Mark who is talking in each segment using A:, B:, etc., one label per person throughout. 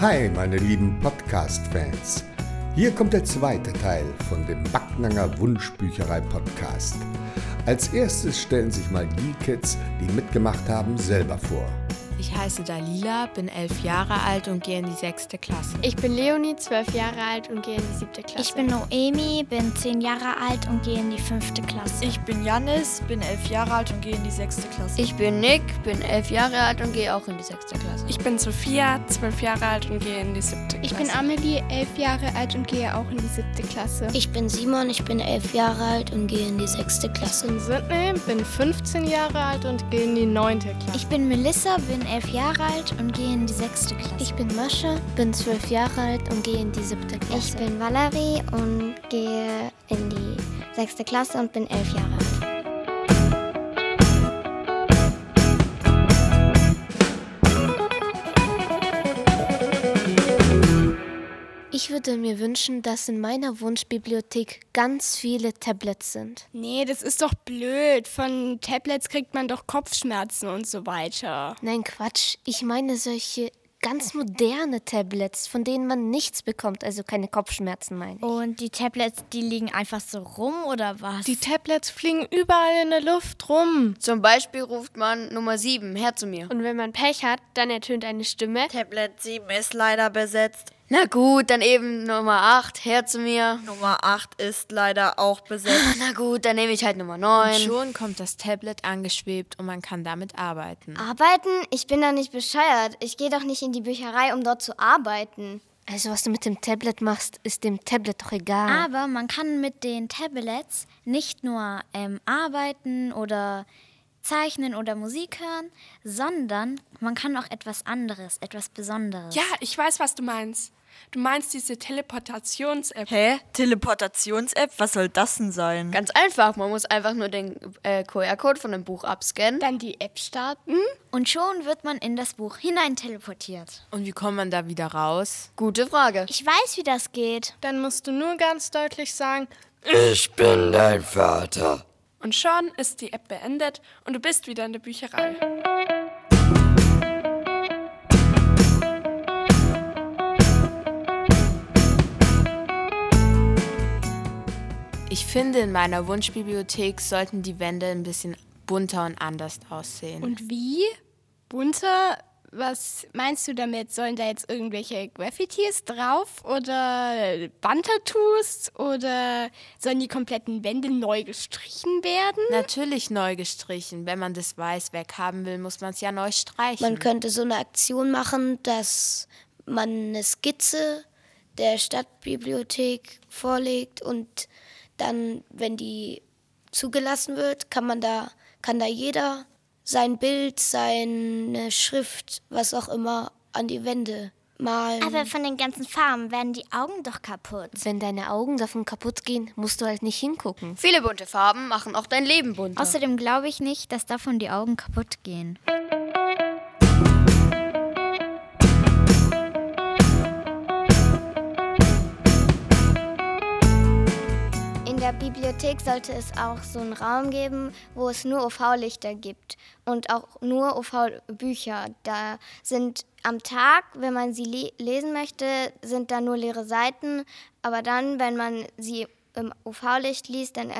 A: Hi, meine lieben Podcast-Fans. Hier kommt der zweite Teil von dem Backnanger Wunschbücherei-Podcast. Als erstes stellen sich mal die Kids, die mitgemacht haben, selber vor.
B: Ich heiße Dalila, bin elf Jahre alt und gehe in die sechste Klasse.
C: Ich bin Leonie, zwölf Jahre alt und gehe in die siebte Klasse.
D: Ich bin Noemi, bin zehn Jahre alt und gehe in die fünfte Klasse.
E: Ich bin Janis, bin elf Jahre alt und gehe in die sechste Klasse.
F: Ich bin Nick, bin elf Jahre alt und gehe auch in die sechste Klasse.
G: Ich bin Sophia, zwölf Jahre alt und gehe in die siebte Klasse.
H: Ich bin Amelie, elf Jahre alt und gehe auch in die siebte Klasse.
I: Ich bin Simon, ich bin elf Jahre alt und gehe in die sechste Klasse.
J: Ich bin Sydney, bin 15 Jahre alt und gehe in die neunte Klasse.
K: Ich bin Melissa, bin elf Jahre alt und gehe in die sechste Klasse.
L: Ich bin Mascha, bin zwölf Jahre alt und gehe in die siebte Klasse.
M: Ich bin Valerie und gehe in die sechste Klasse und bin elf Jahre alt.
L: Ich würde mir wünschen, dass in meiner Wunschbibliothek ganz viele Tablets sind.
C: Nee, das ist doch blöd. Von Tablets kriegt man doch Kopfschmerzen und so weiter.
L: Nein, Quatsch. Ich meine solche ganz moderne Tablets, von denen man nichts bekommt, also keine Kopfschmerzen meine ich.
K: Und die Tablets, die liegen einfach so rum oder was?
J: Die Tablets fliegen überall in der Luft rum.
F: Zum Beispiel ruft man Nummer 7 her zu mir.
H: Und wenn man Pech hat, dann ertönt eine Stimme.
E: Tablet 7 ist leider besetzt.
F: Na gut, dann eben Nummer 8, her zu mir.
E: Nummer 8 ist leider auch besetzt.
F: Na gut, dann nehme ich halt Nummer 9.
B: Und schon kommt das Tablet angeschwebt und man kann damit arbeiten.
M: Arbeiten? Ich bin da nicht bescheuert. Ich gehe doch nicht in die Bücherei, um dort zu arbeiten.
L: Also was du mit dem Tablet machst, ist dem Tablet doch egal.
K: Aber man kann mit den Tablets nicht nur ähm, arbeiten oder zeichnen oder Musik hören, sondern man kann auch etwas anderes, etwas Besonderes.
G: Ja, ich weiß, was du meinst. Du meinst diese Teleportations-App.
E: Hä? Teleportations-App? Was soll das denn sein?
F: Ganz einfach. Man muss einfach nur den äh, QR-Code von dem Buch abscannen.
C: Dann die App starten.
K: Und schon wird man in das Buch hinein teleportiert.
B: Und wie kommt man da wieder raus?
F: Gute Frage.
K: Ich weiß, wie das geht.
J: Dann musst du nur ganz deutlich sagen:
N: Ich bin dein Vater.
G: Und schon ist die App beendet und du bist wieder in der Bücherei.
B: Ich finde, in meiner Wunschbibliothek sollten die Wände ein bisschen bunter und anders aussehen.
C: Und wie? Bunter? Was meinst du damit? Sollen da jetzt irgendwelche Graffitis drauf oder Bandtattoos oder sollen die kompletten Wände neu gestrichen werden?
B: Natürlich neu gestrichen. Wenn man das weiß, weghaben will, muss man es ja neu streichen.
I: Man könnte so eine Aktion machen, dass man eine Skizze der Stadtbibliothek vorlegt und dann, wenn die zugelassen wird, kann man da, kann da jeder sein Bild, seine Schrift, was auch immer an die Wände malen.
K: Aber Äh, von den ganzen Farben werden die Augen doch kaputt.
L: Wenn deine Augen davon kaputt gehen, musst du halt nicht hingucken.
F: Viele bunte Farben machen auch dein Leben bunt.
K: Außerdem glaube ich nicht, dass davon die Augen kaputt gehen.
M: In der Bibliothek sollte es auch so einen Raum geben, wo es nur UV-Lichter gibt und auch nur UV-Bücher. Da sind am Tag, wenn man sie le lesen möchte, sind da nur leere Seiten, aber dann, wenn man sie im UV-Licht liest, dann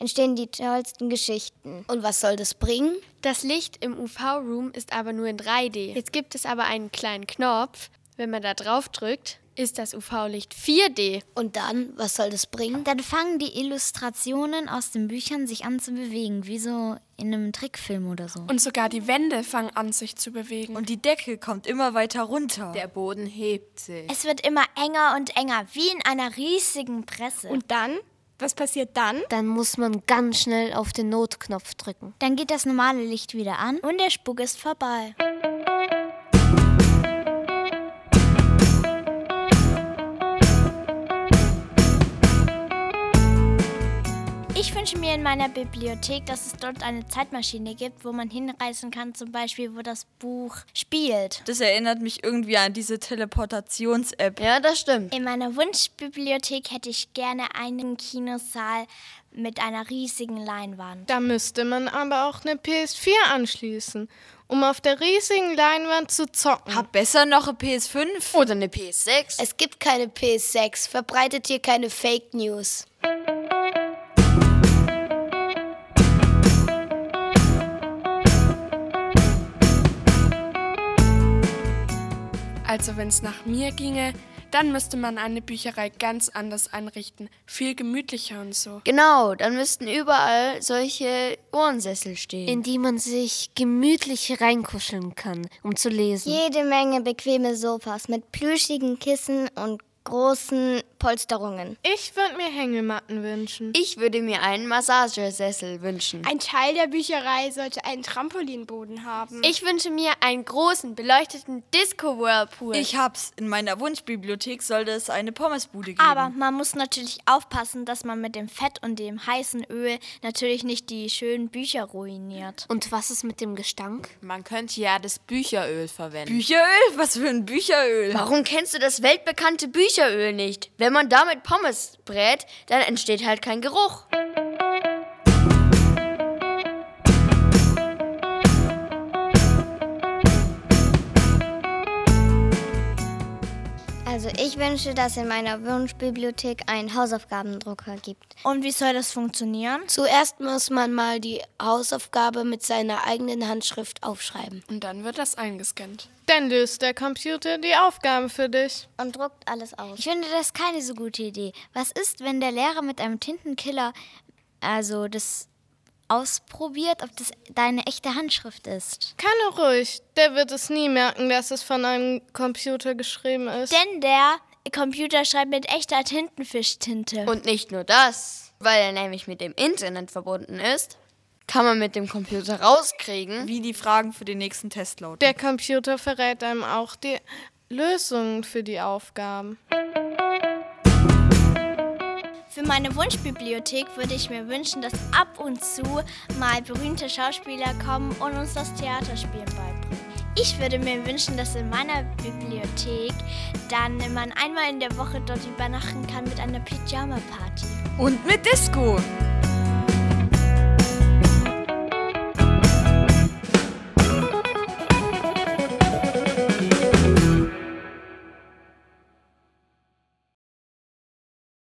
M: entstehen die tollsten Geschichten.
I: Und was soll das bringen?
O: Das Licht im UV-Room ist aber nur in 3D. Jetzt gibt es aber einen kleinen Knopf, wenn man da drauf drückt, ist das UV-Licht 4D.
I: Und dann, was soll das bringen?
K: Dann fangen die Illustrationen aus den Büchern sich an zu bewegen, wie so in einem Trickfilm oder so.
G: Und sogar die Wände fangen an sich zu bewegen.
E: Und die Decke kommt immer weiter runter.
B: Der Boden hebt sich.
K: Es wird immer enger und enger, wie in einer riesigen Presse.
C: Und dann? Was passiert dann?
L: Dann muss man ganz schnell auf den Notknopf drücken.
K: Dann geht das normale Licht wieder an und der Spuk ist vorbei. Ich wünsche mir in meiner Bibliothek, dass es dort eine Zeitmaschine gibt, wo man hinreisen kann, zum Beispiel, wo das Buch spielt.
E: Das erinnert mich irgendwie an diese Teleportations-App.
F: Ja, das stimmt.
K: In meiner Wunschbibliothek hätte ich gerne einen Kinosaal mit einer riesigen Leinwand.
O: Da müsste man aber auch eine PS4 anschließen, um auf der riesigen Leinwand zu zocken.
C: Hm.
E: Hab besser noch eine PS5.
C: Oh,
F: Oder eine PS6.
I: Es gibt keine PS6. Verbreitet hier keine Fake News.
G: Also wenn es nach mir ginge, dann müsste man eine Bücherei ganz anders einrichten, viel gemütlicher und so.
F: Genau, dann müssten überall solche Ohrensessel stehen.
L: In die man sich gemütlich reinkuscheln kann, um zu lesen.
M: Jede Menge bequeme Sofas mit plüschigen Kissen und großen Polsterungen.
O: Ich würde mir Hängematten wünschen.
F: Ich würde mir einen Massagesessel wünschen.
C: Ein Teil der Bücherei sollte einen Trampolinboden haben.
P: Ich wünsche mir einen großen, beleuchteten Disco-Whirlpool.
E: Ich hab's. In meiner Wunschbibliothek sollte es eine Pommesbude geben.
K: Aber man muss natürlich aufpassen, dass man mit dem Fett und dem heißen Öl natürlich nicht die schönen Bücher ruiniert.
L: Und was ist mit dem Gestank?
B: Man könnte ja das Bücheröl verwenden.
E: Bücheröl? Was für ein Bücheröl?
F: Warum kennst du das weltbekannte Bücheröl nicht? Wenn man damit Pommes brät, dann entsteht halt kein Geruch.
M: Also ich wünsche, dass in meiner Wunschbibliothek ein Hausaufgabendrucker gibt.
K: Und wie soll das funktionieren?
I: Zuerst muss man mal die Hausaufgabe mit seiner eigenen Handschrift aufschreiben.
G: Und dann wird das eingescannt.
O: Dann löst der Computer die Aufgabe für dich.
M: Und druckt alles aus.
Q: Ich finde das keine so gute Idee. Was ist, wenn der Lehrer mit einem Tintenkiller, also das ausprobiert, ob das deine echte Handschrift ist.
O: Kann er ruhig. Der wird es nie merken, dass es von einem Computer geschrieben ist.
K: Denn der Computer schreibt mit echter Tintenfischtinte.
F: Und nicht nur das, weil er nämlich mit dem Internet verbunden ist. Kann man mit dem Computer rauskriegen,
E: wie die Fragen für den nächsten Test lauten.
O: Der Computer verrät einem auch die Lösungen für die Aufgaben.
K: Für meine Wunschbibliothek würde ich mir wünschen, dass ab und zu mal berühmte Schauspieler kommen und uns das Theaterspielen beibringen. Ich würde mir wünschen, dass in meiner Bibliothek dann man einmal in der Woche dort übernachten kann mit einer Pyjama-Party.
E: Und mit Disco!